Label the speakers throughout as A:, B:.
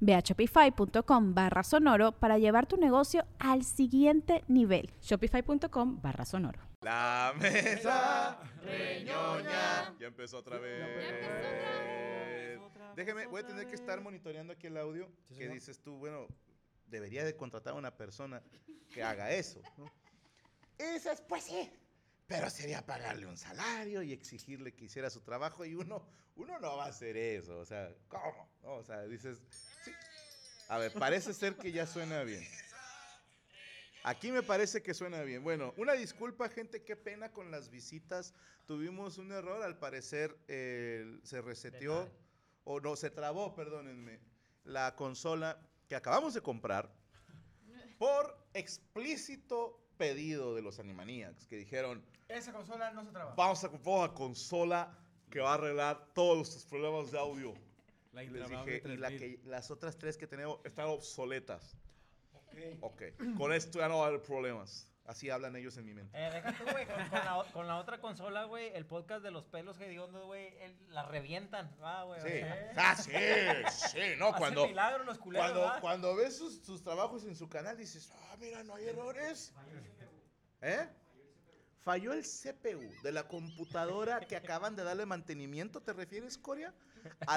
A: Ve a shopify.com barra sonoro para llevar tu negocio al siguiente nivel.
B: Shopify.com barra sonoro.
C: La mesa reñoña. Ya empezó otra vez. Empezó otra vez. Déjeme, voy a tener que estar monitoreando aquí el audio. que dices tú? Bueno, debería de contratar a una persona que haga eso. ¿no? Y dices, pues sí. Pero sería pagarle un salario y exigirle que hiciera su trabajo y uno, uno no va a hacer eso. O sea, ¿cómo? No, o sea, dices, sí. a ver, parece ser que ya suena bien. Aquí me parece que suena bien. Bueno, una disculpa, gente, qué pena con las visitas. Tuvimos un error, al parecer eh, se reseteó, o no, se trabó, perdónenme, la consola que acabamos de comprar por explícito pedido de los Animaniacs que dijeron,
D: Esa consola no se trabaja.
C: vamos a comprar una consola que va a arreglar todos nuestros problemas de audio. Y les dije, y la que- las otras tres que tenemos están obsoletas. Ok, con esto ya no va a haber problemas. Así hablan ellos en mi mente.
E: Eh, deja tú, güey, con, con la, o- con la otra consola, güey, el podcast de los pelos hediondos, güey, el- la revientan, va, güey. o
C: Sí,
E: sea,
C: ah, sí, sí, ¿no?
E: hacen
C: Cuando,
E: milagros los culeros,
C: cuando,
E: va.
C: cuando ves sus, sus trabajos en su canal dices, ah, mira, no hay errores. ¿Eh? Falló el CPU de la computadora que acaban de darle mantenimiento, ¿te refieres, Coria? A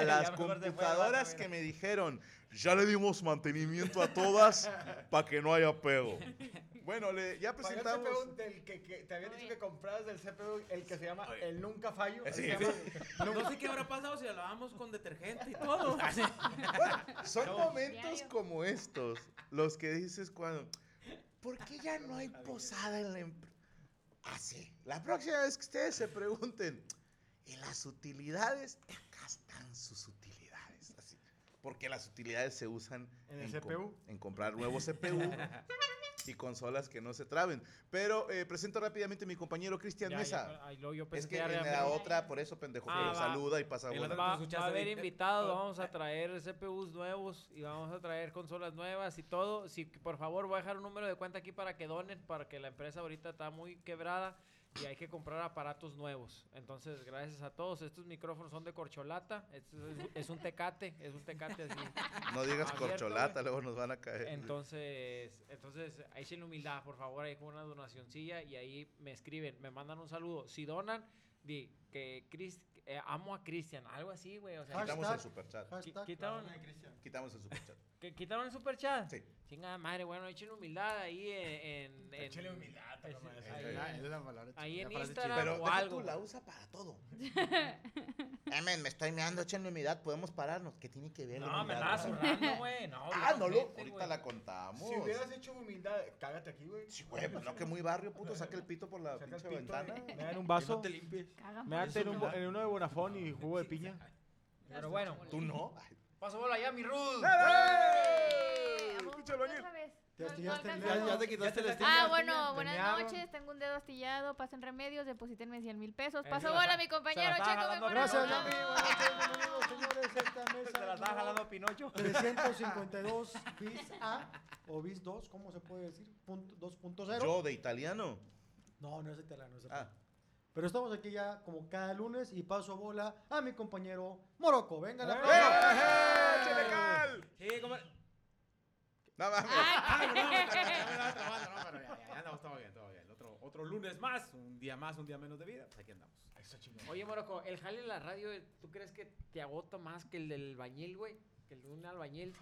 E: Ya
C: las
E: mejor se fue,
C: computadoras
E: vato,
C: que
E: mira.
C: me dijeron, ya le dimos mantenimiento a todas para que no haya pedo. Bueno, le- ya
D: Pagué el
C: presentamos...
D: CPU del que, que te había dicho que compraras del CPU, el que se llama el nunca fallo.
C: Eh, sí,
D: se llama
F: No sé qué habrá pasado si la lavamos con detergente y todo.
C: Bueno, son momentos como estos los que dices cuando, ¿por qué ya no hay posada en la empresa? Así. La próxima vez que ustedes se pregunten, ¿y las utilidades? Acá están sus utilidades. Así. Porque las utilidades se usan
D: En el
C: com-
D: CPU.
C: en comprar nuevo CPU. Y consolas que no se traben. Pero eh, presento rápidamente a mi compañero Cristian
G: Ya, ah,
C: Mesa.
G: ya, ay, luego yo
C: es
G: pensé
C: que
G: ya
C: en
G: realmente-
C: la otra, por eso pendejo,
G: Ah,
C: pero
G: va.
C: saluda y pasa
F: En la
C: bola.
F: otra-
G: Va,
F: escuchaste
G: va a
F: de-
G: haber invitados, vamos a traer CPUs nuevos y vamos a traer consolas nuevas y todo. Si por favor voy a dejar un número de cuenta aquí para que donen, para que la empresa ahorita está muy quebrada y hay que comprar aparatos nuevos. Entonces, gracias a todos. Estos micrófonos son de corcholata, esto es, es un tecate, es un tecate así.
C: No digas
G: Abierto,
C: corcholata,
G: güey.
C: luego nos van a caer.
G: Entonces, entonces ahí sin humildad, por favor, ahí con una donacioncilla y ahí me escriben, me mandan un saludo. Si donan, di que Chris, eh, amo a Cristian, algo así, güey. O sea,
D: Hashtag-
C: Quitamos el superchat.
D: Hashtag
G: quitaron-
D: la de Cristian.
C: Quitamos el superchat.
G: ¿Que quitaron el superchat?
C: Sí.
G: Chingada madre, bueno, echen humildad ahí en... en, en-
D: Pero,
G: Ese-
D: maestro,
G: ahí-
D: es la- es la palabra
G: ahí
D: chida,
G: en
D: la frase
G: Instagram.
D: chida.
G: Pero
C: Pero
G: o
C: deja
G: algo,
C: tú, la
G: güey.
C: usa para todo. Amen, me estoy mirando, echenle humedad, podemos pararnos. ¿Qué tiene que ver? la
G: No, me
C: humildad?
G: estaba zurrando, güey. No,
C: Ah, no, lo,
G: obviamente,
C: ahorita
G: güey.
C: la contamos.
D: Si hubieras hecho humildad, cágate aquí, güey.
C: Sí, güey, pues no, que muy barrio, puto, saca el pito por la
D: Saca el
C: pinche
D: pito, eh.
C: ventana.
D: me dan un
F: No
D: vaso.
F: te limpies.
A: Cagamos.
D: Me dan en, un bo- en uno de Bonafón y jugo de piña.
G: Pero bueno,
C: ¿Tú no? Ay.
G: paso bola ya, mi Ruth.
C: Escúchalo, Daniel.
H: Otra vez.
D: Te
H: No- no
D: astillaste el
H: alcanzamos.
D: dedo.
F: Ya te quitaste el estilo.
H: Ah,
D: Tenía- tenía-
H: bueno, buenas
D: tenía algo.
H: noches. Tengo un dedo astillado. Pasen remedios. Deposítenme 100 mil pesos.
G: Él
H: Paso
G: se la
H: bola,
G: está-
H: mi
G: se la
H: compañero.
G: está
H: Checo, me
G: jalando
H: pone
G: a
D: Gracias,
G: Bravo.
D: Dami.
H: volado.
D: Buenas noches, bienvenidos, señores. Esta mesa.
G: Se la está jalando Pinocho.
D: 352 bis A o bis 2, ¿cómo se puede decir? Punto- 2.0.
C: Yo, de italiano.
D: No, no es italiano, es
C: Ah,
D: italiano. Pero estamos aquí ya como cada lunes y paso bola a mi compañero Morocco. Venga la aplauso. ¡Eh!
C: ¡Échale cal!
F: Sí, como.
C: No mames.
F: Ah, no, no, no, no, no, no, pero ya, ya, ya andamos, estamos bien, todo bien. Otro, otro lunes más, un día más, un día menos de vida, pues aquí andamos.
D: Eso chingón.
G: Oye, Moroco, el jale de la radio, ¿tú crees que te agota más que el del bañil, güey? Que que un albañil.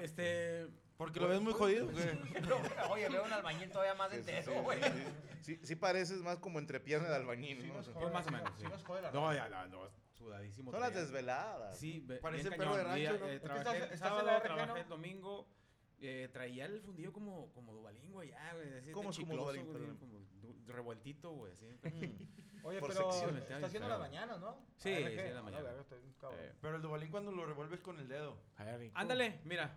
F: Este.
I: Porque lo ves muy jodido.
J: Oye, veo un albañil todavía más
C: Sí, sí,
J: entero,
C: sí,
J: güey.
C: sí, sí. Sí, sí pareces más como entre pierna de albañil, ¿no?
F: Pues más o menos. Sí.
I: nos jode la
F: No, ya, no, no, sudadísimo.
C: Son las
F: traía.
C: desveladas.
F: Sí, ve-
I: Parece
F: bien
I: perro de
F: cañón.
I: rancho,
F: Día-
I: ¿no?
F: eh,
I: Es que
F: trabajé
I: estás-
F: el
I: estás en la
F: sábado,
I: RG,
F: trabajé
I: ¿no?
F: el domingo. eh, traía el fundido como, como Dubalín, güey, ya, güey. Así
C: ¿Cómo
F: como
C: es como
F: chicloso,
C: Dubalín,
F: güey,
C: perdón?
F: como du- revueltito, güey, así.
I: Oye,
D: ¡Eh!
C: Por
I: pero
C: secciones,
F: está
I: estás
F: bien
I: haciendo las
F: feo.
I: mañanas, ¿no?
F: Sí,
I: A ver
F: sí,
I: qué-
F: en la
I: a
F: mañana.
I: verga, estoy un cabrón.
F: Eh,
I: Pero el Dubalín cuando lo revuelves con el dedo.
F: Ándale, mira.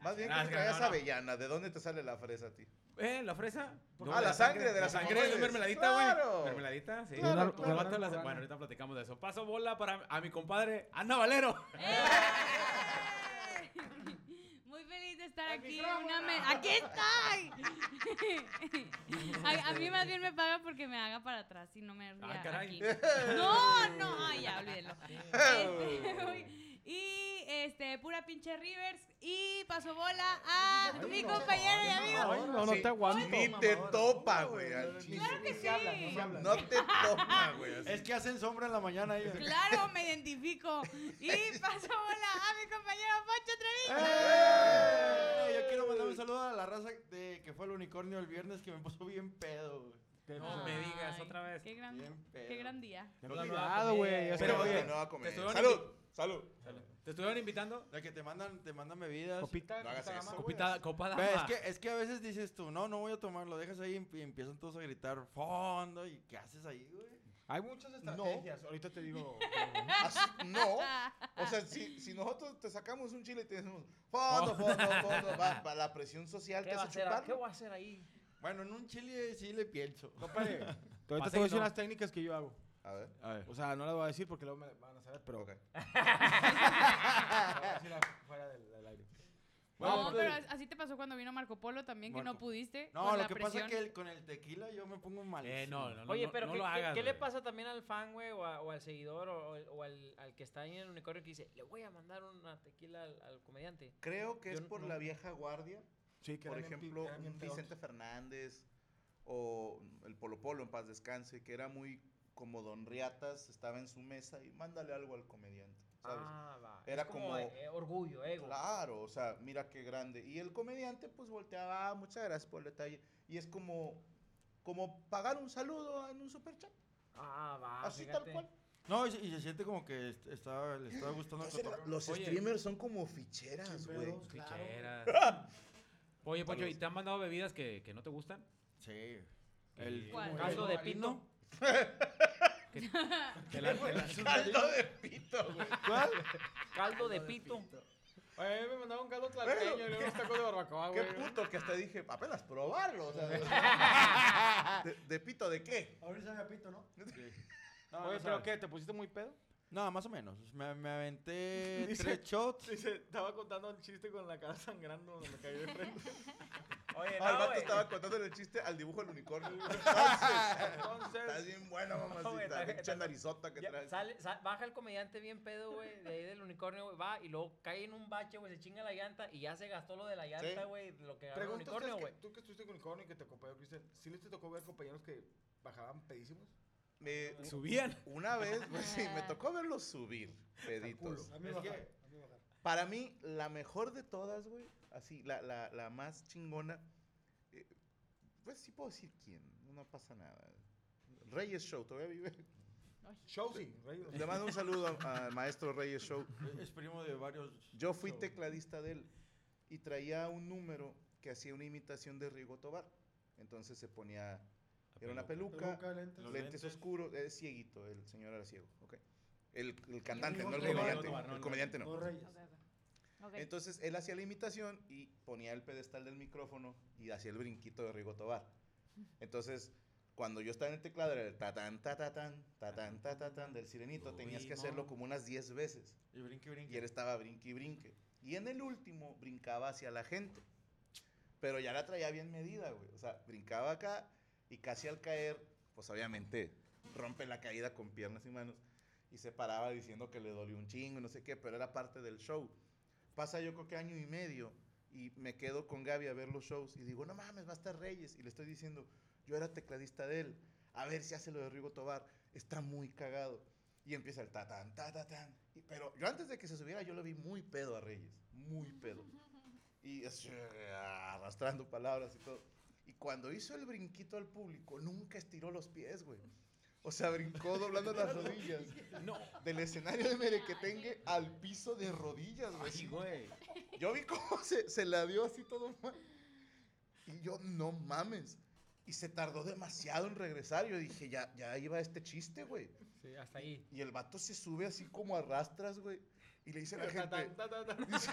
C: Más bien
F: Ah,
C: que
F: sí,
C: traías
F: no, no.
C: avellana. ¿De dónde te sale la fresa a ti?
F: Eh, la fresa. No,
C: ah, la sangre de
F: La
C: las
F: sangre de
C: hemorroides.
F: mermeladita, güey.
C: ¡Claro!
F: Mermeladita, sí. Con-
C: Claro,
F: con
C: claro.
F: vato de las- Bueno, ahorita platicamos de eso. Paso bola para a mi compadre Ana Valero.
B: Muy feliz de estar aquí. una me- ¡Aquí estoy! a, a mí más bien me paga porque me haga para atrás y no me ría
F: Ah, caray.
B: aquí. No, no, ay, ya, olvídelo. Este, uy, y este, pura pinche Rivers. Y paso bola a mi compañero y amigo.
D: Ay, no, no
C: Sí.
D: te aguanto.
C: Ni te topa, güey. al chile.
B: Claro que sí.
C: No te topa, güey. así.
I: Es que hacen sombra en la mañana ellos.
B: Claro, me identifico. Y paso bola a mi compañero Poncho Treviño.
I: ¡Eh! Yo quiero mandar un saludo a la raza de que fue el unicornio el viernes que me puso bien pedo, güey.
F: No me digas
B: Ay,
F: otra vez.
B: Qué gran,
I: Bien pedo.
B: qué gran día.
F: Cuidado,
I: güey, es que,
C: Pero
I: oye,
C: de nueva comedia.
F: estuvieron
C: Salud, salud.
F: ¿Te estuvieron invitando?
I: La que te mandan, te mandan bebidas.
C: No hagas eso.
G: Pues,
F: Copita, copa
I: Ve, es,
F: dama.
I: que, es que a veces dices tú, no, no voy a tomar, lo dejas ahí y emp- y empiezan todos a gritar fondo. ¿Y qué haces ahí, güey?
K: Hay muchas estrategias. Ahorita te digo.
C: As- No. O sea, si, si nosotros te sacamos un chile y te decimos,
F: Oh.
C: fondo, fondo, fondo, va, para la presión social
J: ¿Qué
C: te
J: va a
C: hace
J: hacer? ¿Qué
C: chupar.
J: voy a hacer ahí?
I: Bueno, en un chile sí le pienso.
K: Compadre, ahorita te voy a
F: Pasé y
K: decir
F: no.
K: las técnicas que yo hago.
C: A ver.
I: A ver.
K: O sea, no las voy a decir porque luego me van a saber, pero.
C: Ok.
K: Las
F: Ah,
K: voy a decir fuera del, del aire.
I: Bueno,
L: no,
I: porque-
L: pero as- así te pasó cuando vino Marco Polo también, que no
I: Marco.
L: pudiste.
I: No,
L: por
I: lo
L: la
I: que pasa
L: presión.
I: es que el- con el tequila yo me pongo mal.
F: Eh, no, no, no.
G: Oye,
F: no-
G: pero
F: no
G: ¿qué,
F: lo
G: qué-
F: hagas,
G: qué le
F: güey.
G: pasa también al fan, güey, o, a- o al seguidor, o, o- o al, al que está ahí en el unicornio que dice, le voy a mandar una tequila al, al comediante?
C: Creo que
G: Yo
C: es
G: no-
C: por
G: no-
C: la vieja guardia.
K: Sí, que
C: Por
K: eran bien pi-
C: ejemplo,
K: eran bien
C: un
K: pedos.
C: Vicente Fernández o el Polo Polo en paz descanse, que era muy como Don Riatas, estaba en su mesa y mándale algo al comediante, ¿sabes?
G: Ah, va.
C: Era
G: Es como...
C: como-
G: eh, orgullo, ego.
C: Claro, o sea, mira qué grande. Y el comediante pues volteaba, "Ah, muchas gracias por el detalle. Y es como, como pagar un saludo en un superchat,
G: Ah, va,
C: así
G: fíjate.
C: tal cual.
I: No, y, se- y se siente como que est- está, le está gustando el
C: Entonces,
I: cotorreo.
C: los
F: Oye.
C: streamers son como ficheras,
D: Qué
C: güey.
D: pedo. Claro.
F: Ficheras. Oye, Pocho, ¿y
C: Saludos.
F: te han mandado bebidas que, que no te gustan?
I: Sí.
F: El-
I: ¿cómo
G: ¿Cuál?
I: era?
G: Caldo de pino.
F: Que la- que la-
C: Caldo de pito, güey.
I: ¿Cuál?
G: Caldo de pito.
K: Oye, a mí me mandaron un caldo tlaxcalteño y luego un taco de barbacoa,
C: Qué
K: güey.
C: puto que hasta dije, apenas probarlo. o sea, de- de pito de qué?
D: Ahorita se me apito, ¿no?
K: No,
I: Oye,
K: Oye,
I: no
K: pero
I: sabes.
K: ¿qué? ¿Te pusiste muy pedo?
I: No, más o menos. Me, me aventé
K: Dice-
I: tres shots.
K: Dice, estaba contando un chiste con la cara sangrando donde me caí de frente.
J: Oye,
C: Ah, el
J: no,
C: vato
J: güey.
C: estaba contándole el chiste al dibujo del unicornio. Entonces, estás
K: Entonces,
C: bien bueno,
J: güey,
C: mamacita.
J: está-
C: Pinche
J: está-
C: narizota que
G: Ya,
C: traes.
G: sale- sa- baja el comediante bien pedo, güey, de ahí del unicornio, güey, va y luego cae en un bache, güey, se chinga la llanta y ya se gastó lo de la llanta,
C: Sí.
G: güey, lo que ganó el
K: pregunta
G: unicornio, güey.
K: tú que estuviste con unicornio y que te acompañó Cristian, ¿sí les te tocó ver compañeros que bajaban pedísimos?
C: Me-
F: Subían.
C: una vez, pues sí, me tocó verlos subir peditos.
D: A mí
K: Es
D: bajar,
K: que-
D: a mí bajar.
C: Para mí, la mejor de todas, güey, así, la, la, la más chingona, eh, pues sí puedo decir quién, no pasa nada. Reyes Show, todavía vive.
K: Show sí, rey.
C: Le mando un saludo a- al maestro Reyes Show.
I: Es primo de varios.
C: Yo fui
I: shows.
C: tecladista de él y traía un número que hacía una imitación de Rigo Tobar. Entonces se ponía, era una peluca,
D: Peluca, lentes.
I: Los
C: lentes,
I: lentes.
C: oscuros, es cieguito, el señor era ciego, ¿ok? El, el cantante,
L: Rigo
C: no el
L: Tobar.
C: comediante.
F: Rigo Tobar, no,
C: El
F: no.
C: comediante
D: Los
C: no.
D: reyes.
L: Ok.
C: Entonces él hacía la imitación y ponía el pedestal del micrófono y hacía el brinquito de Rigo Tobar. Entonces, cuando yo estaba en el teclado era el tatán, tatatán, tatán, tatatán del sirenito, tenías que hacerlo como unas 10 veces.
I: Y brinque,
C: Y
I: brinque.
C: él estaba brinque y brinque. Y en el último brincaba hacia la gente. Pero ya la traía bien medida, güey. O sea, brincaba acá y casi al caer, pues obviamente rompe la caída con piernas y manos. Y se paraba diciendo que le dolió un chingo, y no sé qué, pero era parte del show. Pasa yo creo que año y medio y me quedo con Gaby a ver los shows y digo, no mames, va a estar Reyes. Y le estoy diciendo, yo era tecladista de él, a ver si hace lo de Rigo Tobar, está muy cagado. Y empieza el tatán, tatatán. Y- Pero yo antes de que se subiera, yo lo vi muy pedo a Reyes. Muy pedo. Y así, arrastrando palabras y todo. Y cuando hizo el brinquito al público, nunca estiró los pies, güey. O sea, brincó doblando las rodillas. No. Del escenario de Merequetengue al piso de rodillas, güey. Así, Yo vi cómo se, se la dio así todo mal. Y yo, no mames. Y se tardó demasiado en regresar. Yo dije, ya, ya iba este chiste, güey.
G: Sí, hasta ahí.
C: Y el vato se sube así como arrastras, güey. Y le dice a la gente,
F: Dice,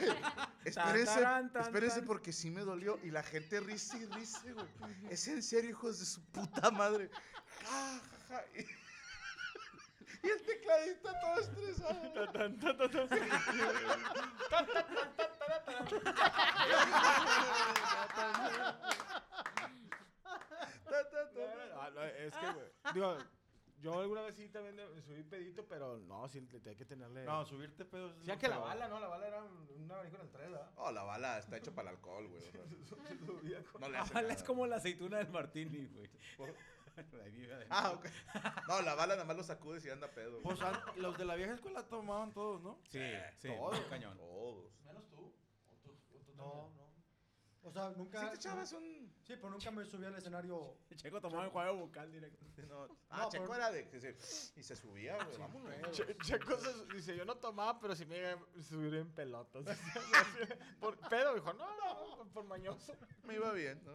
C: espérense,
F: Tan, tan,
C: espérense
F: tan.
C: porque sí me dolió. Y la gente risa y risa, güey. Es en serio, hijos de su puta madre. Ja, ja, ja. Y, y el tecladista todo estresado.
K: Ah, no, es que, güey. Digo, yo alguna vez sí también le- subí pedito, pero no, sí, le- hay que tenerle.
C: No,
K: subirte pedo.
M: Sí, ya que la bala, ¿no? La bala era un un abanico en el tren, ¿verdad?
C: Oh, la bala está hecha para el alcohol, güey. o sea, No le
F: La
C: hace
F: bala
C: nada.
F: es como la aceituna del martini, güey. La viva de-
C: Ah, ok. No, la bala nada más lo sacudes y anda pedo. güey.
K: Pues
I: ah,
K: an- los de la vieja escuela tomaban todos, ¿no?
F: Sí, sí,
K: Todo.
F: muy cañón.
C: Todos.
K: Menos tú. O tú, o tú
D: No, no. O sea, nunca.
C: Sí, te echabas un-
D: Sí, pero nunca me subí al escenario.
F: Checo tomaba el juego vocal directo.
C: No. Ah,
D: No,
C: Checo
D: pero-
C: era de que se... Y se subía, güey. Vámonos.
K: Che- Checo se- dice, yo no tomaba, pero si me iba a subir en pelotas. Así, por pedo, dijo, no, no, por- por mañoso.
C: Me iba bien, ¿no?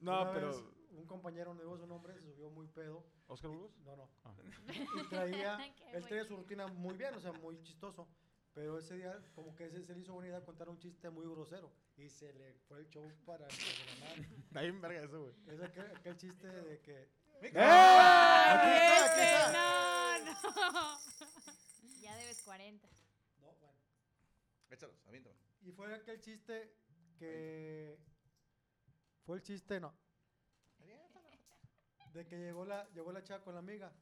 K: No,
D: Una
K: pero...
D: vez, un compañero no digo su nombre, se subió muy pedo.
K: ¿Oscar Burgos?
D: No, no.
F: Ah.
D: Y traía.
H: Qué
D: él traía su rutina muy bien, o sea, muy chistoso. Pero ese día, como que se, se le hizo buena idea contar un chiste muy grosero. Y se le fue el show para. es
K: Está bien verga eso, güey.
D: aquel, aquel chiste de que.
I: ¡Eh!
B: Ese, no, no.
H: Ya debes 40.
D: No, bueno.
C: Échalos, aviéntame.
D: Y fue aquel chiste que. Fue el chiste, no. De que llegó la, llegó la chava con la amiga.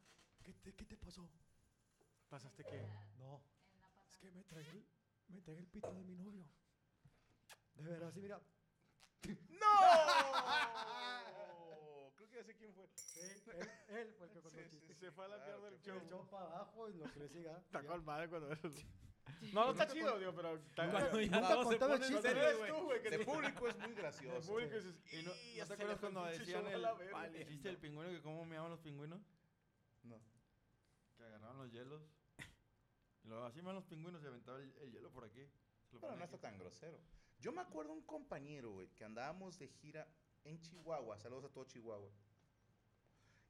D: ¿Qué te, qué te pasó?
K: ¿Pasaste qué?
D: No. Es que me tragué, el- me tragué el pito de mi novio. De veras, sí, mira.
C: ¡No! Creo que ya sé quién fue.
D: Él, él, él fue el que contó el chiste.
K: Se fue a la mierda el
D: El
K: show.
D: show para abajo y lo que le siga.
K: Está
D: ya.
K: con madre cuando No, no está chido, digo, pero... Está
F: Cuando ya
D: Nunca
F: todos se
D: contaba el
F: ponen
D: chiste.
F: serios, güey.
K: tú, güey, que
C: De
K: te-
C: público es muy
K: El
C: gracioso.
K: público dices, "Y no,
C: Sí,
K: ¿no
C: ya se
K: te
C: le
K: acuerdas
C: fue el
K: cuando
C: pinche
K: decían
C: show a
K: el,
C: la verga?
K: ah, el chiste del pingüino que cómo meaban los pingüinos?
C: No.
K: Que agarraban los hielos. Y luego así meaban los pingüinos y aventaban el, el hielo por aquí. Se lo
C: Pero
K: ponían
C: no está
K: aquí.
C: tan grosero. Yo me acuerdo un compañero, güey, que andábamos de gira en Chihuahua. Saludos a todo Chihuahua.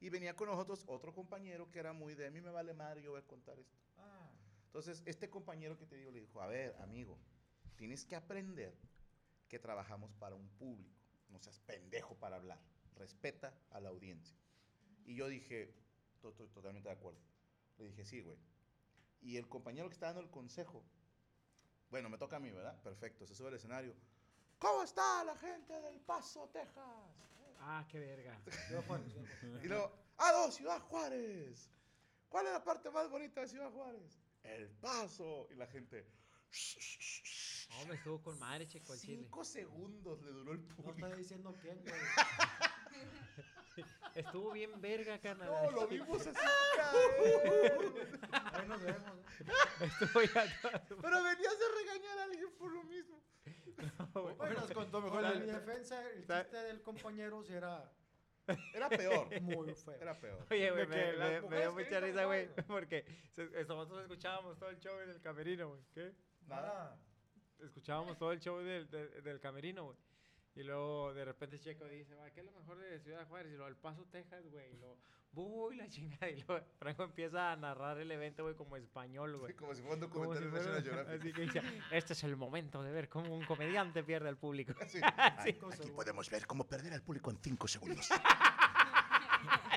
C: Y venía con nosotros otro compañero que era muy de a mí me vale madre, yo voy a contar esto. Entonces, este compañero que te digo le dijo, a ver, amigo, tienes que aprender que trabajamos para un público. No seas pendejo para hablar. Respeta a la audiencia. Y yo dije, "To- to- totalmente de acuerdo. Le dije, sí, güey. Y el compañero que está dando el consejo, bueno, me toca a mí, ¿verdad? Perfecto, se sube al escenario. ¿Cómo está la gente del Paso, Texas?
G: Ah, qué verga.
D: Yo, Juan, yo, Juan.
C: Y luego, ¡ah, no! ¡Ciudad Juárez! ¿Cuál es la parte más bonita de Ciudad Juárez? El Paso. Y la gente.
G: Hombre, estuvo con madre, checo al chile.
C: Cinco segundos le duró el
D: No
C: público.
D: está diciendo quién, güey.
G: Estuvo bien verga, carnal.
C: No, lo vimos así caer.
D: Ahí nos vemos. ¿eh?
G: Estuvo ya todo-
C: Pero venías de regañar a alguien por lo mismo.
K: Hoy nos contó mejor
D: Bueno, en
K: el-
D: mi defensa, el
K: está-
D: chiste del compañero sí era
C: Era peor.
D: muy feo.
C: Era peor.
G: Oye, güey,
K: De
G: me,
K: que
G: me-
K: las
G: me dio
K: mujeres que
G: mucha
K: gritan
G: risa, güey,
K: mejor.
G: porque se- nosotros escuchábamos todo el show en el camerino, güey. ¿Qué?
C: Nada.
G: Escuchábamos todo el show del, del, del camerino, güey. Y luego de repente Checo dice, va, ¿qué es lo mejor de Ciudad Juárez? Y luego El Paso, Texas, güey. Y luego, uy, la chingada. Y luego Franco empieza a narrar el evento, güey, como español, güey.
C: Como si fuera un
G: Como
C: documental
G: si
C: de
G: fuera-
C: National Geographic.
G: Así que dice, este es el momento de ver cómo un comediante pierde al público.
C: Sí.
G: Sí.
C: Aquí podemos ver cómo perder al público en 5 segundos.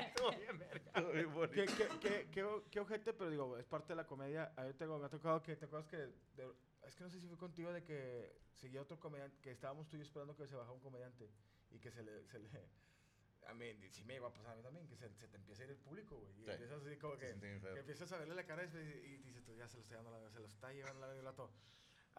G: Estuvo bien verga.
C: Muy bonito.
K: ¿Qué, qué, qué, qué, o- qué ojete, pero digo, es parte de la comedia. A mí tengo- me ha tocado que, ¿te acuerdas que? de- es que no sé si fue contigo de que seguía otro comediante, que estábamos tú y yo esperando que se bajara un comediante y que se le... Se le a mí, sí me iba a pasar a mí también, que se, se te empieza a ir el público, güey. Y
C: Sí.
K: empiezas así como
C: Se
K: que...
C: siente bien feo.
K: Que empiezas a verle la cara y, y dices tú, ya se lo está llevando la se lo está llevando la el vato.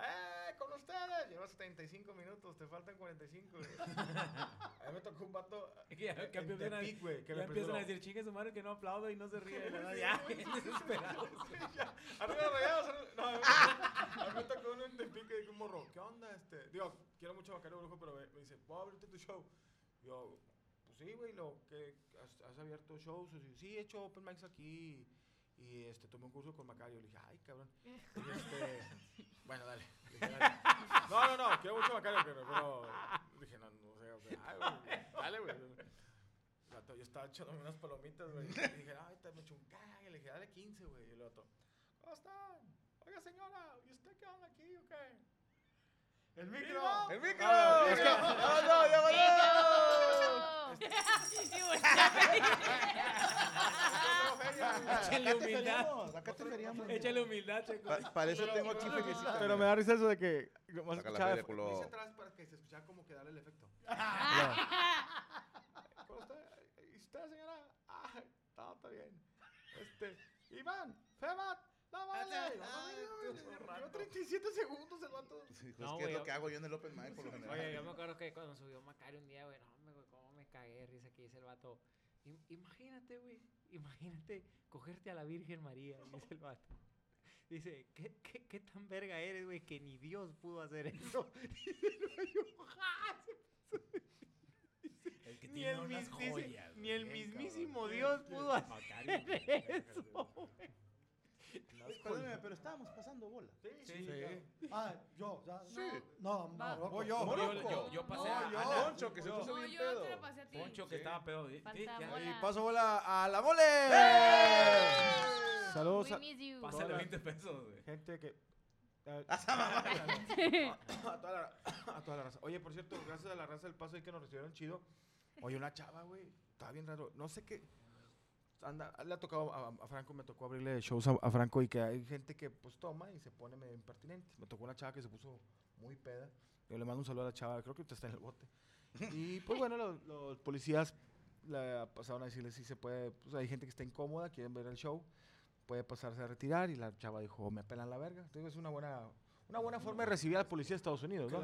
K: ¡Eh, con ustedes. Llevas 35 minutos, te faltan 45. güey. a mí me tocó un vato.
G: Es que ya
K: en
G: que empiezan a-
K: Tepic, güey,
G: ya
K: que me
G: empiezan a
K: presionó.
G: decir, chingue su madre que no aplaudo y no se ríe. ¿verdad?
K: Sí,
G: Ya,
K: güey, sí,
G: bien
K: sí, sí,
G: desesperado.
K: sí, ya. Arriba rayados. arriba- No, a mí me tocó uno en Tepic y dijo un morro, ¿qué onda? Este? Digo, quiero mucho a Macario Brujo, pero me, me dice, ¿puedo abrirte tu show? Yo, pues sí, güey, lo que has, has abierto shows. Y yo, sí, he hecho open mics aquí. Y este, tomé un curso con Macario. Le dije, ay, cabrón. Y, este, bueno, dale. Le dije, dale. No, no, no, quiero mucho a Macario, pero, pero dije, no, no sé. o sea, ay, Ah, güey, dale, güey. Gato, yo estaba echándome unas palomitas, güey. Y dije, ay, te me echó un cague. Le dije, dale 15, güey. Y el otro, ¿cómo están? Oiga, señora, ¿y usted qué onda aquí o qué?
D: ¡El
K: micro!
C: ¡El micro!
K: Ah,
C: Es que- ¡Ah, no, ya valió!
B: Y voltea.
G: Échale humildad.
C: Acá te queríamos.
G: Échale humildad, Checo.
C: Pa- para eso tengo aquí felicidad.
K: Pero me da risa eso de que. Más
C: Saca la feria,
M: Me hice
C: culo.
M: atrás para que se escuchara como que darle el efecto.
K: ¿Cómo está? ¿Y usted, señora? Ah, está, está bien. Este, Iván, Femat, la madre. Yo 37 segundos el vato.
C: Sí, pues,
G: No,
C: que es
G: güey,
C: lo que hago yo en el Open Mic, por lo
G: Oye, yo
C: general.
G: me acuerdo que cuando subió Macario un día, güey, no, hombre, güey, cómo me cagué de risa que dice el vato. "Im- Imagínate, güey, imagínate cogerte a la Virgen María, dice el vato. Dice, ¿qué, qué, qué tan verga eres, güey, que ni Dios pudo hacer eso? Dice el güey, yo, "Ja", se pasó de-
F: El que
G: Ni
F: tiene
G: el,
F: unas
G: mis- dice,
F: joyas.
G: ni el
F: bien,
G: mismísimo
F: cabrón.
G: Dios pudo hacer
F: Macario,
G: eso, güey.
C: pero estábamos pasando bola.
G: Sí.
D: Ah, yo, ya.
C: Sí.
D: No,
B: Va.
D: Morocco.
M: Voy yo.
C: Morocco.
F: Yo, yo, yo pasé
B: No,
F: a,
C: yo.
F: a la-
C: Poncho, que se puso
B: No,
C: bien
B: yo no te lo
C: pedo.
B: pasé a ti.
F: Poncho que
C: Sí.
F: estaba pedo. di- di-
H: Falta
F: ya-
H: bola.
M: Y paso bola a la mole.
C: ¡Eh!
K: Saludos
H: We
K: a
H: miss you.
F: Pásale
K: Bola.
F: 20 pesos, güey.
K: gente que.
A: Sí.
K: a, toda la, a toda la raza. Oye, por cierto, gracias a la raza del paso ahí que nos recibieron chido. Oye, una chava, güey. Estaba bien raro. No sé qué. Anda, le ha tocado a, a Franco, me tocó abrirle shows a, a Franco y que hay gente que pues toma y se pone medio impertinente. Me tocó una chava que se puso muy peda. Yo le mando un saludo a la chava, creo que está en el bote. Y pues bueno, lo- los, policías la pasaron a decirle si se puede, pues hay gente que está incómoda, quieren ver el show, puede pasarse a retirar y la chava dijo, me pelan la verga. Entonces es una buena, una buena forma de recibir al policía de Estados Unidos, ¿no?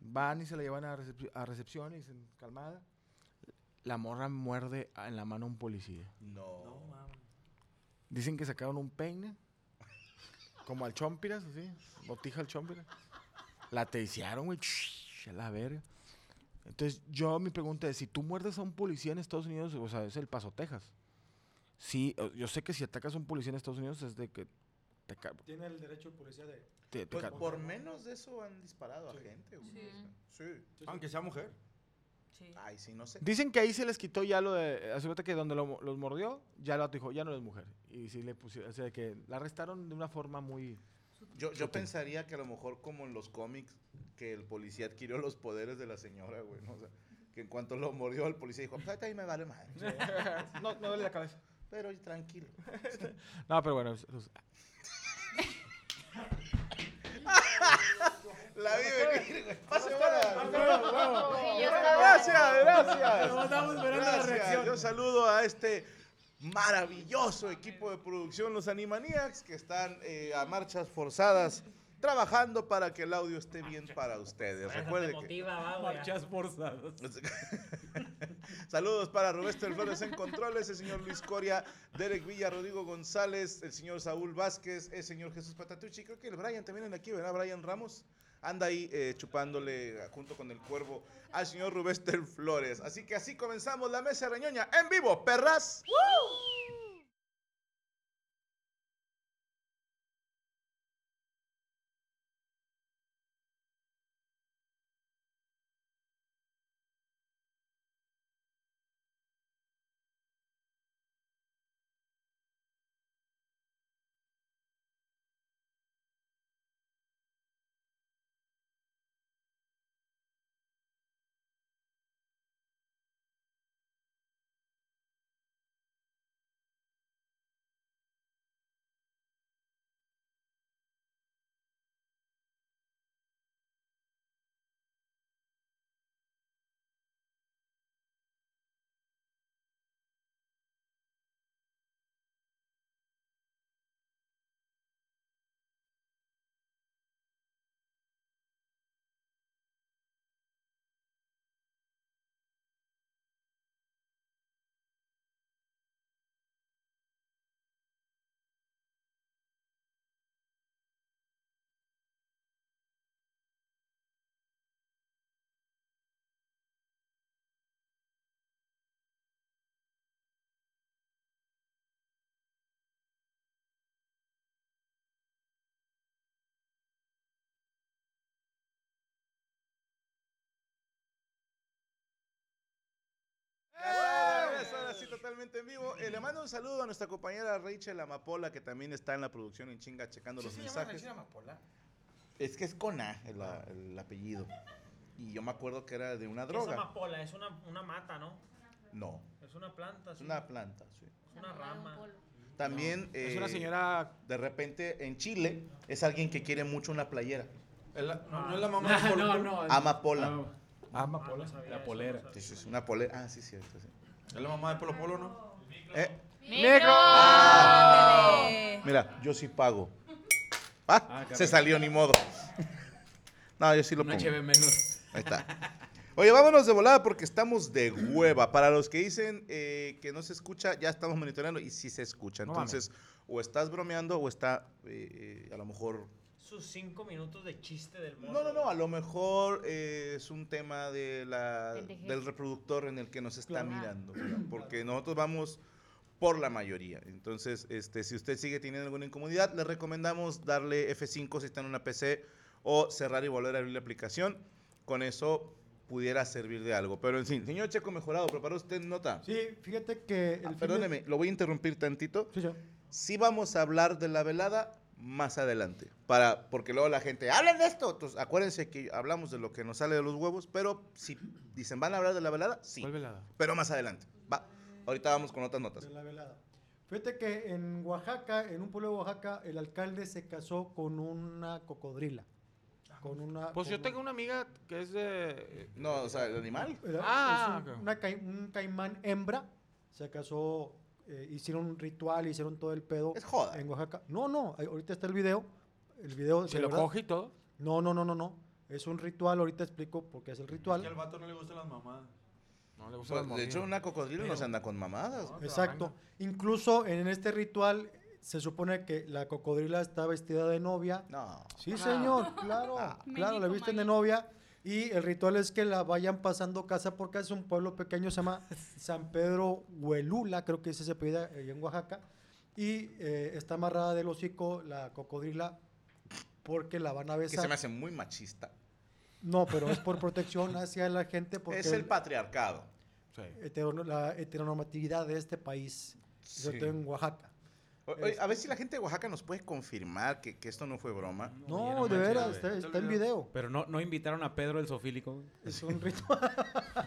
K: Van y se la llevan a, recep- a recepción y dicen, calmada. La morra muerde a- en la mano a un policía.
C: No.
K: Dicen que sacaron un peine, como al chompiras, así, botija al chompiras. La teiciaron, güey, a la verga. Entonces, yo, mi pregunta es, si tú muerdes a un policía en Estados Unidos, o sea, es el Paso, Texas. Sí, o- yo sé que si atacas a un policía en Estados Unidos es de que te, ca-
D: Tiene el derecho el policía de.
K: te- te
C: Pues
K: ca-
C: por menos de eso han disparado a
D: Sí.
C: gente, güey.
B: Sí.
C: Sí.
M: Aunque sea mujer.
B: Sí.
C: Ay, sí, no sé.
K: Dicen que ahí se les quitó ya lo de. Hace cuenta que donde lo mo- los mordió, ya lo dijo, ya no es mujer. Y sí le pusieron. O sea, que la arrestaron de una forma muy.
C: Yo, yo
K: Chuta.
C: pensaría que a lo mejor como en los cómics, que el policía adquirió los poderes de la señora, güey. ¿no? O sea, que en cuanto lo mordió al policía dijo, pues ahí me vale madre.
K: No, no duele la cabeza.
C: Pero tranquilo.
K: No, pero bueno. es- es-
C: La vive, venir, güey. Pase bola.
H: Sí, yo estaba-
C: Gracias, gracias.
G: No, estábamos esperando la
C: Gracias.
G: reacción.
C: Yo saludo a este maravilloso equipo de producción, los Animaniacs, que están eh, a marchas forzadas trabajando para que el audio esté bien para ustedes. Recuerde que...
F: Marchas forzadas.
C: Saludos para Roberto Flores en Controles, el señor Luis Coria, Derek Villa, Rodrigo González, el señor Saúl Vázquez, el señor Jesús Patatucci. Creo que el Brian también anda aquí, ¿verdad? Brian Ramos. Anda ahí eh, chupándole eh, junto con el cuervo al señor Rubester Flores. Así que así comenzamos la mesa reñoña en vivo, perras. totalmente en vivo. Eh, le mando un saludo a nuestra compañera Rachel Amapola, que también está en la producción en chinga checando los mensajes.
F: Amapola?
C: Es que es Cona el, el apellido. Y yo me acuerdo que era de una
E: Es
C: droga.
E: amapola, es una, una mata, ¿no?
C: No,
E: Es una planta,
C: es una planta, sí.
E: es una rama.
C: También.
K: Es una
C: eh,
K: señora-
C: De repente en Chile es alguien que quiere mucho una playera.
K: no, no es la mamá de Polo
F: No,
K: Polo.
F: no. es-
C: Amapola.
K: Ah,
D: Ah,
K: Amapola.
F: La polera.
C: Sí, sí, sí, una polera. Ah, sí, cierto. Sí.
F: Es la mamá de Polo Polo, ¿no?
C: Eh,
B: ¡Negro!
C: Ah, mira, yo sí pago. Ah,
F: caray.
C: se salió, ni modo. No, yo sí lo
F: Una
C: pongo.
F: cheve menos.
C: Ahí está. Oye, vámonos de volada porque estamos de hueva. Para los que dicen eh, que no se escucha, ya estamos monitoreando y sí se escucha.
K: No mames.
C: Entonces, o estás bromeando o está eh, eh, a lo mejor...
E: Sus cinco minutos de chiste del mundo.
C: No, no, no, a lo mejor eh, es un tema de la,
H: Pendejez.
C: del reproductor en el que nos está
H: Claro.
C: mirando. ¿verdad? Porque nosotros vamos por la mayoría. Entonces, este, si usted sigue teniendo alguna incomodidad, le recomendamos darle F5 si está en una PC o cerrar y volver a abrir la aplicación. Con eso pudiera servir de algo. Pero en fin, señor Checo Mejorado, ¿preparó usted nota?
D: Sí, fíjate que. El
C: Ah,
D: fin de-
C: perdóneme, lo voy a interrumpir tantito.
D: Sí, señor.
C: Sí vamos a hablar de la velada más adelante, para, porque luego la gente, ¡hablen de esto! Entonces, acuérdense que hablamos de lo que nos sale de los huevos, pero si dicen, ¿van a hablar de la velada? Sí,
K: ¿Cuál velada?
C: pero más adelante. Va, ahorita vamos con otras notas.
D: De la velada. Fíjate que en Oaxaca, en un pueblo de Oaxaca, el alcalde se casó con una cocodrila. Con una.
K: Pues
D: con
K: yo
D: un-
K: tengo una amiga que es de.
C: No, o sea, el animal.
D: Era-
K: Ah,
D: es un,
K: ok.
D: una cai- un caimán hembra se casó, eh, hicieron un ritual, hicieron todo el pedo.
C: Es joda.
D: En Oaxaca. No, no, ahí- ahorita está el video. El video
K: Se
D: de
K: lo
D: verdad.
K: coge y todo.
D: No, no, no, no, no. Es un ritual, ahorita explico por qué es el ritual.
M: al vato no le gustan las mamadas.
K: No le
C: Pues, de hecho, una cocodrilo no
D: Pero-
C: se anda con mamadas. güey.
D: Exacto. Incluso en este ritual se supone que la cocodrila está vestida de novia.
C: No. Ah,
D: Sí, señor, claro, claro, la visten de novia. Y el ritual es que la vayan pasando casa por casa. Es un pueblo pequeño, se llama San Pedro Huelula, creo que ese se pide ahí en Oaxaca. Y eh, está amarrada del hocico la cocodrila porque la van a
C: Que se
D: besar.
C: me hace muy machista.
D: No, pero es por protección hacia la gente porque
C: es el patriarcado.
D: heterono- la heteronormatividad de este país, sobre
C: Sí.
D: todo en Oaxaca.
C: O- oye, a
D: Este-
C: ver si la gente de Oaxaca nos puede confirmar que, que esto no fue broma.
D: No,
F: no
D: de
F: manches,
D: veras,
F: güey.
D: está, está en video.
F: Pero no, no invitaron a Pedro el Sofílico.
D: Es un ritual.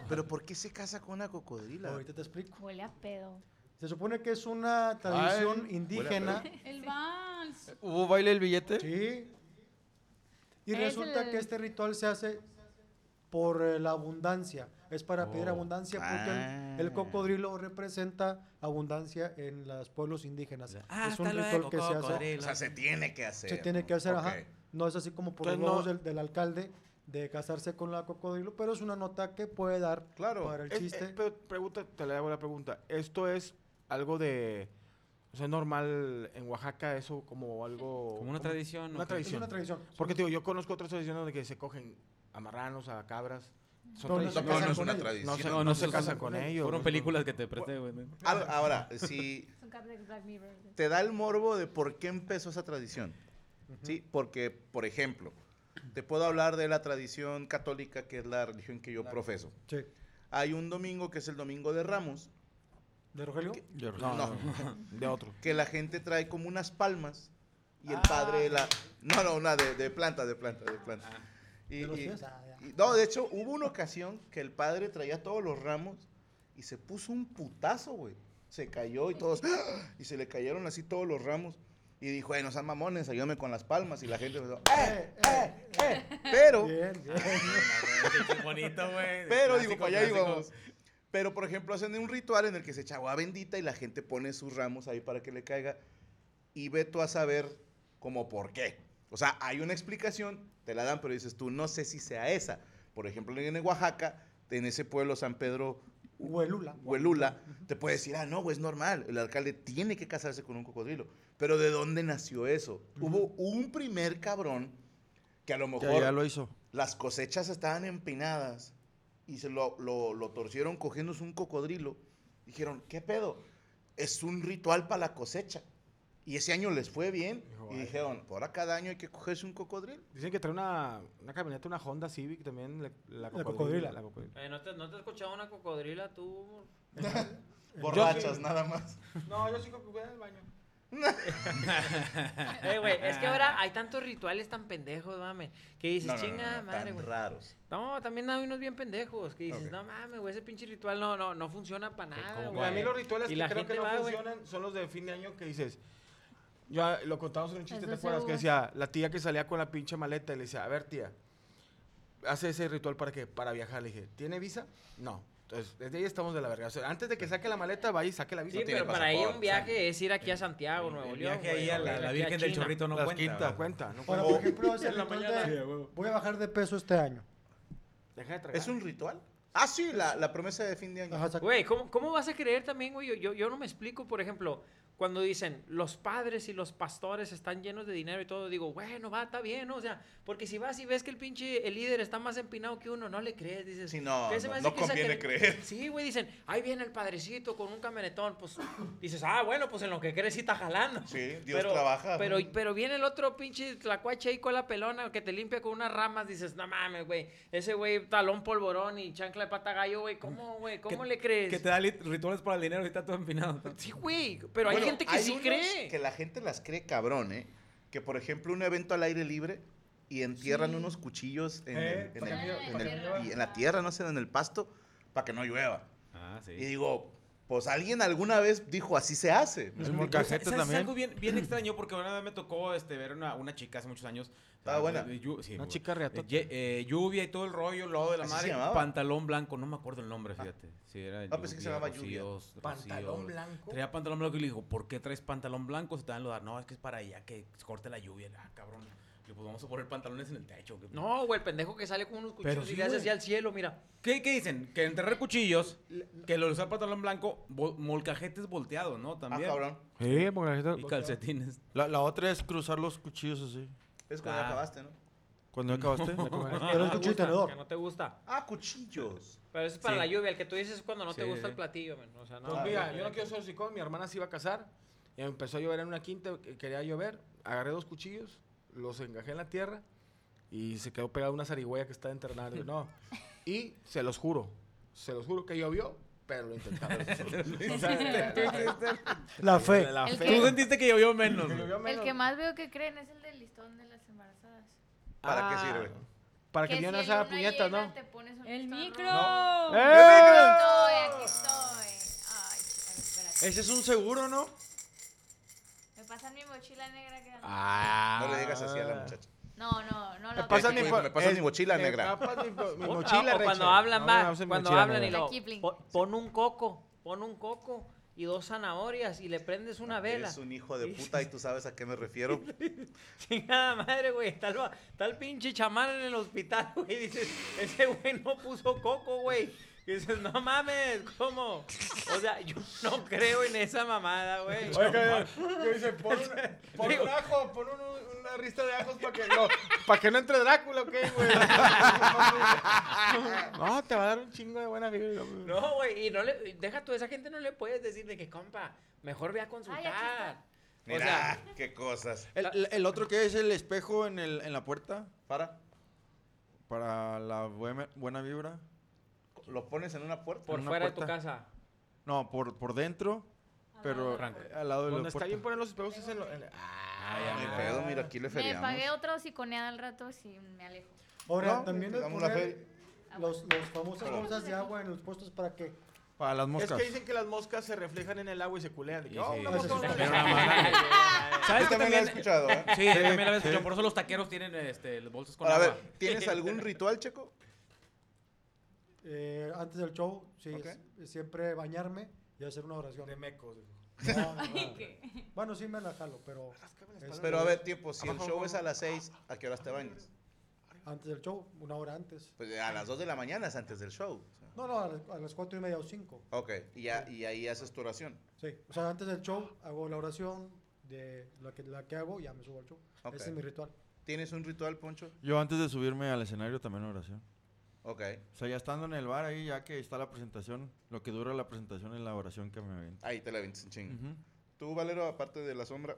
C: Pero ¿por qué se casa con una cocodrila?
D: Ahorita te explico.
H: Huele a pedo.
D: Se supone que es una tradición
K: huele
D: indígena.
B: El vals.
M: ¿Hubo baile el billete?
D: Sí. Y
B: Es
D: resulta que
B: el-
D: este ritual se hace por eh, la abundancia. Es para pedir
F: Oh.
D: abundancia porque el- el,
C: Ah.
D: cocodrilo representa abundancia en los pueblos indígenas.
K: Ah,
F: Ah,
D: es un ritual que se hace.
C: O sea, se tiene que hacer.
D: Se tiene
C: ¿no?
D: que hacer,
C: Ok.
D: ajá. No es así como por los
K: Entonces, no-
D: huevos del, del alcalde de casarse con la cocodrilo, pero es una nota que puede dar
C: Claro,
D: para el
K: Es-
D: chiste.
K: es- pero pregunta, te le hago la pregunta. ¿Esto es algo de. O sea, es normal en Oaxaca eso como algo.
F: Como una tradición.
K: Una
F: ¿o qué?
K: tradición.
D: es una tradición.
K: Porque, te digo, yo conozco otras tradiciones donde que se cogen a marranos, a cabras. Son
D: No, no se
C: No,
K: tradiciones.
C: no,
D: casan
C: es
D: con
C: una
D: ellos.
C: tradición.
K: No se,
F: no,
K: no
F: no
K: se
F: se
K: casan
F: casan
K: con ellos.
F: Fueron
K: no-
F: películas que te presté, güey.
C: Al- Ah, Ahora, si
H: Es un cap de Black Mirror.
C: te da el morbo de por qué empezó esa tradición. ¿Sí? Porque, por ejemplo, te puedo hablar de la tradición católica, que es la religión que yo profeso.
D: Sí.
C: Hay un domingo que es el Domingo de Ramos,
D: ¿De Rogelio?
K: No,
C: No,
K: no, de otro.
C: que la gente trae como unas palmas y el padre de la... No, no, una de, de planta, de planta, de planta. Y-
D: ¿De los
C: y-
D: pies? Ah, ya.
C: y- no, de hecho, hubo una ocasión que el padre traía todos los ramos y se puso un putazo, güey. Se cayó y todos... ¡ah! Y se le cayeron así todos los ramos. Y dijo, eh, no sean mamones, ayúdame con las palmas. Y la gente empezó, ¡eh, eh, eh! Pero...
D: Bien, bien.
F: Bonito, güey.
C: Pero digo, para allá íbamos. Pero, por ejemplo, hacen un ritual en el que se echa agua bendita y la gente pone sus ramos ahí para que le caiga. Y ve tú a saber como por qué. O sea, hay una explicación, te la dan, pero dices tú, no sé si sea esa. Por ejemplo, en Oaxaca, en ese pueblo San Pedro
D: Huelula.
C: Huelula, te puede decir, ah, no, güey, es normal. El alcalde tiene que casarse con un cocodrilo. Pero ¿de dónde nació eso? Hubo un primer cabrón que a lo mejor
K: Ya, ya lo hizo.
C: las cosechas estaban empinadas y se lo, lo- lo torcieron cogiéndose un cocodrilo. Dijeron, ¿qué pedo? Es un ritual para la cosecha. Y ese año les fue bien.
K: Dijo,
C: y
K: "Ay".
C: dijeron, por acá cada año hay que cogerse un cocodrilo.
K: Dicen que trae una, una camioneta, una Honda Civic también. La, la
D: cocodrila.
K: la cocodrila.
E: Eh, ¿no, te, ¿No te has escuchado una cocodrila tú? amor?
D: En,
C: Borrachas, nada más.
K: No, yo sí creo que voy al baño.
G: Eh, güey, es que
K: Ah.
F: Ah,
G: ahora hay tantos rituales tan pendejos, mames, que dices,
C: No, no, no,
G: chinga,
C: no,
G: madre,
C: tan
G: güey.
C: raros.
G: No, también hay unos bien pendejos que dices,
C: Ok.
G: no mames, güey, ese pinche ritual no, no, no funciona para nada,
K: Como
G: güey.
K: A mí los rituales
G: Y
K: que
G: la
K: creo que
G: gente
K: no
G: va, güey.
K: funcionan son los de fin de año que dices. Ya lo contamos en un chiste,
G: Las doce
K: ¿te acuerdas? Que
G: uvas.
K: decía la tía que salía con la pinche maleta y le decía, a ver, tía, ¿hace ese ritual para qué? Para viajar. Le dije, ¿tiene visa? No. Entonces, desde ahí estamos de la verga. O sea, antes de que saque la maleta, vaya y saque la visa.
G: Sí, pero para ella un viaje es ir aquí a Santiago, Nuevo
K: el
G: León.
K: viaje ahí
G: güey,
K: a la-
G: o ir
K: la
G: aquí
K: Virgen
G: a
K: del
G: China.
K: Chorrito no
G: Las
K: cuenta,
G: quinta,
K: ¿verdad?
G: cuenta, no
D: Ahora,
G: cuenta.
D: por ejemplo, es el
G: En la
D: ritual
G: mañana.
D: de,
G: Sí, a huevo.
D: voy a bajar de peso este año.
C: ¿Es un ritual? Ah, sí, la, la promesa de fin de año.
G: Güey, ¿cómo, cómo vas a creer también, güey? Yo, yo, yo no me explico, por ejemplo, cuando dicen los padres y los pastores están llenos de dinero y todo, digo, bueno, va, está bien, ¿no? O sea, porque si vas y ves que el pinche el líder está más empinado que uno, no le crees, dices.
C: Sí, no,
G: "¿Qué se
C: no-
G: me hace
C: no
G: que esa
C: conviene
G: cre-?"
C: creer.
G: Sí, güey, dicen, ahí viene el padrecito con un camionetón, pues dices, ah, bueno, pues en lo que crees sí está jalando.
C: Sí, Dios trabaja.
G: Pero, pero viene el otro pinche tlacuache ahí con la pelona que te limpia con unas ramas. Dices, no mames, güey. Ese güey talón polvorón y chancla de pata gallo, güey. ¿Cómo, güey? ¿Cómo le crees?
N: Que te da lit- rituales para el dinero y está todo empinado.
G: Sí, güey. Pero hay
C: Bueno,
G: gente que sí
C: unos
G: cree.
C: Que la gente las cree cabrón, ¿eh? Que por ejemplo, un evento al aire libre y entierran
G: Sí.
C: unos cuchillos en,
G: Eh,
C: el-
G: para
C: en el-
G: que llueva,
C: en
G: para
C: el-
G: que llueva.
C: y en la tierra, no sé, en el pasto, para que no llueva.
F: Ah, sí.
C: Y digo, pues alguien alguna vez dijo, así se hace. Pues,
F: Es muy cajeta también. Es algo bien, bien extraño porque una vez me tocó este, ver una, una chica hace muchos años.
C: Estaba
F: Ah,
C: buena.
F: de- de llu- sí,
C: Una
F: güey.
C: chica reatota.
F: Eh, ye- eh, lluvia y todo el rollo, lodo de la
C: ¿Así
F: madre.
C: se llamaba?
F: Pantalón blanco, no me acuerdo el nombre, fíjate. Sí, era
C: Ah, pensé que se llamaba Lluvia.
F: Rocíos,
C: ¿Pantalón
F: Rocíos.
C: blanco?
F: Traía pantalón blanco y le dijo, ¿por qué traes pantalón blanco? Se te van a dar. No, es que es para allá que corte la lluvia. Le dije, Ah, cabrón. Le digo, pues vamos a poner pantalones en el techo. que-
G: No, güey, el pendejo que sale con unos cuchillos
F: Pero
G: y
F: sí,
G: le hace
F: güey.
G: así al cielo, mira.
F: ¿Qué, qué dicen? Que enterrar cuchillos, que lo usar pantalón blanco, vol- molcajetes volteados, ¿no? También.
C: Ah, cabrón.
F: Sí,
N: molcajetes
F: Y calcetines.
I: La, la otra es cruzar los cuchillos así.
C: Es cuando ya
I: Ah.
C: acabaste, ¿no?
I: Cuando ya acabaste.
G: Pero
K: Ah,
G: es cuchillo Que no Ah, te gusta.
C: Ah, cuchillos.
G: Pero eso es para
I: Sí.
G: la lluvia. El que tú dices es cuando no te
I: Sí,
G: gusta
I: sí.
G: el platillo, man. O sea, no.
K: Pues mira, yo no quiero ser hocicón, mi hermana se iba a casar, y empezó a llover en una quinta, que- quería llover, agarré dos cuchillos, los engajé en la tierra, y se quedó pegada una zarigüeya que estaba internada, digo, no. Y se los juro, se los juro que llovió, pero lo intentaron. O sea,
D: La fe.
F: La
H: El
F: fe.
H: que-
F: Tú sentiste que llovió menos.
H: El
F: güey.
H: El que más veo que creen es el del listón de las embarazadas.
C: ¿Para
F: Ah.
C: qué sirve?
K: Para que,
H: si
K: yo no
H: el
K: se haga
H: luna
K: puñetas,
H: llena,
K: ¿no?
H: te pones un
B: El
H: listón
B: micro.
H: rojo.
K: ¡Eh!
H: Aquí estoy, aquí estoy. Ay, espérate.
I: Ese es un seguro, ¿no?
H: Me pasan mi mochila negra que
K: Ah.
C: No le digas así a la muchacha.
H: No, no, no
C: Me
H: la
C: pasan
H: otra.
C: mi po- me pasan mi mochila
K: me
C: negra.
K: tapas mi po- mi
G: O-
K: mochila,
G: o Oh, cuando
K: Rachel.
G: hablan,
K: No,
G: va,
K: me pasan mi
G: cuando
K: mochila
G: hablan y
K: negra.
G: lo
H: Kipling.
G: pon, pon un coco, pon un coco y dos zanahorias y le prendes una vela.
C: Eres un hijo de puta y tú sabes a qué me refiero.
G: Chingada madre, güey. Está el, va- está el pinche chamán en el hospital, güey. Dices, ese güey no puso coco, güey. Y dices, no mames, ¿cómo? O sea, yo no creo en esa mamada, güey.
K: Oye, que, que dice, pon, una- pon un ajo, pon un- una rista de ajos para que, no, para que no entre Drácula, ¿ok, güey? No, te va a dar un chingo de buena vibra. güey.
G: No, güey. Y no le, y deja tú, esa gente no le puedes decir de que, compa, mejor ve a consultar.
C: Mira,
G: o sea,
C: qué cosas.
I: El, el otro que es el espejo en, el, en la puerta.
C: ¿Para?
I: Para la buena, buena vibra.
C: ¿Lo pones en una puerta?
I: En una puerta. No, por, por dentro, pero eh, al lado de
K: Donde
I: la
K: está
I: puerta.
K: bien poner los espejos es en lo... en- ah,
C: Ah, mi pedo, mira, aquí le
H: Me
C: feriamos.
H: pagué otra hociconeada al rato si me alejo.
D: Ahora,
I: No,
D: también
I: le
D: les
I: damos la
D: ponen
I: fe.
D: los, los famosas
I: Pero-
D: bolsas de agua en los puestos para que...
I: Para las moscas.
K: Es que dicen que las moscas se reflejan en el agua y se culean. De que, oh,
I: sí.
K: una
I: Eso
K: mosca,
I: sí.
K: una-
I: Pero una mamada.
F: ¿Sabes
C: Yo
F: que
C: también la he escuchado, ¿eh?
F: Sí, yo también la
C: Sí.
F: había escuchado. Por eso los taqueros tienen este, los bolsos con
C: Ahora, a
F: agua.
C: ver, ¿tienes algún ritual, Checo?
D: eh, antes del show, sí,
C: Ok.
D: es- siempre bañarme y hacer una oración.
K: De mecos.
D: No, no,
B: Ay,
D: no.
B: qué-
D: Bueno, sí me la jalo, pero... es-
C: Pero a ver, tiempo, si el
D: Abajo,
C: show
D: abajo.
C: es a las 6, ¿a qué horas te bañas?
D: Antes del show, una hora antes.
C: Pues a las 2 de la mañana es antes del show.
D: No, no, a las, a las cuatro y media o cinco.
C: Ok, y, ya- y ahí haces tu oración.
D: Sí, o sea, antes del show hago la oración de la que, la que hago ya me subo al show.
C: Ok.
D: Ese es mi ritual.
C: ¿Tienes un ritual, Poncho?
I: Yo antes de subirme al escenario también oración.
C: Ok.
I: O sea, ya estando en el bar ahí, ya que está la presentación, lo que dura la presentación es la oración que me avento.
C: Ahí te la vienes en chinga.
I: Ujú.
C: Tú, Valero, aparte de la sombra,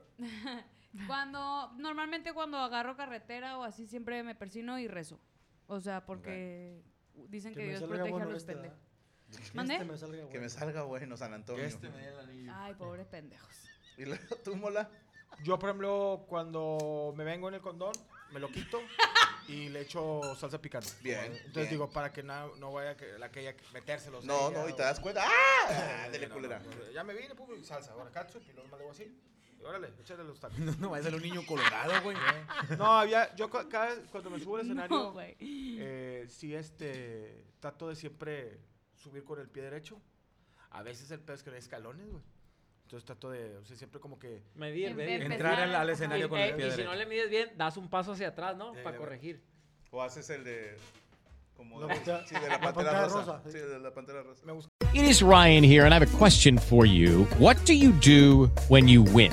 B: Cuando, normalmente cuando agarro carretera o así, siempre me persino y rezo. O sea, porque dicen que,
D: me
B: Dios
D: salga
B: protege a
D: bueno
B: los
D: este,
B: pendejos.
D: ¿verdad?
B: ¿Mande?
D: Este me salga bueno.
C: Que me salga bueno San Antonio.
I: Este me dé el anillo.
B: Ay, pobres pendejos.
C: ¿Y luego tú, Mola?
K: Yo, por ejemplo, cuando me vengo en el condón, me lo quito y le echo salsa picante.
C: Bien,
K: Entonces
C: bien.
K: digo, para que na- no vaya que, la que ella metérselos.
C: No,
K: ella
C: no, y
K: Pues o-
C: te das cuenta. ¡Ah!
K: Eh,
C: Dele
K: no,
C: culera.
K: no, no, ya me vine, pum, y salsa. Ahora ketchup y luego me lo hago así. Y órale, échale los tacos.
F: No, va a ser un niño colorado, güey.
K: No, había, yo cu- cada vez cuando me subo al escenario,
B: No, güey.
K: eh, sí, este, trato de siempre subir con el pie derecho. A veces el peor es que no hay escalones, güey. Entonces trato de, o sea, siempre como que...
E: Medir,
B: En
E: medir.
B: vez de
F: Entrar al, al
B: Ajá.
F: escenario
E: Y-
F: con
E: eh,
F: el pie
E: y si no
F: derecho.
E: le mides bien, das un paso hacia atrás, ¿no?
K: Eh,
E: Para
K: eh,
E: corregir.
C: O haces el de. Como
D: La
C: de,
D: pantera-
C: sí, de la
D: la
C: pantera
D: pantera
C: rosa.
D: rosa, sí.
C: Sí, de la pantera rosa.
K: Me gusta
O: It is Ryan here, and I have a question for you. What do you do when you win?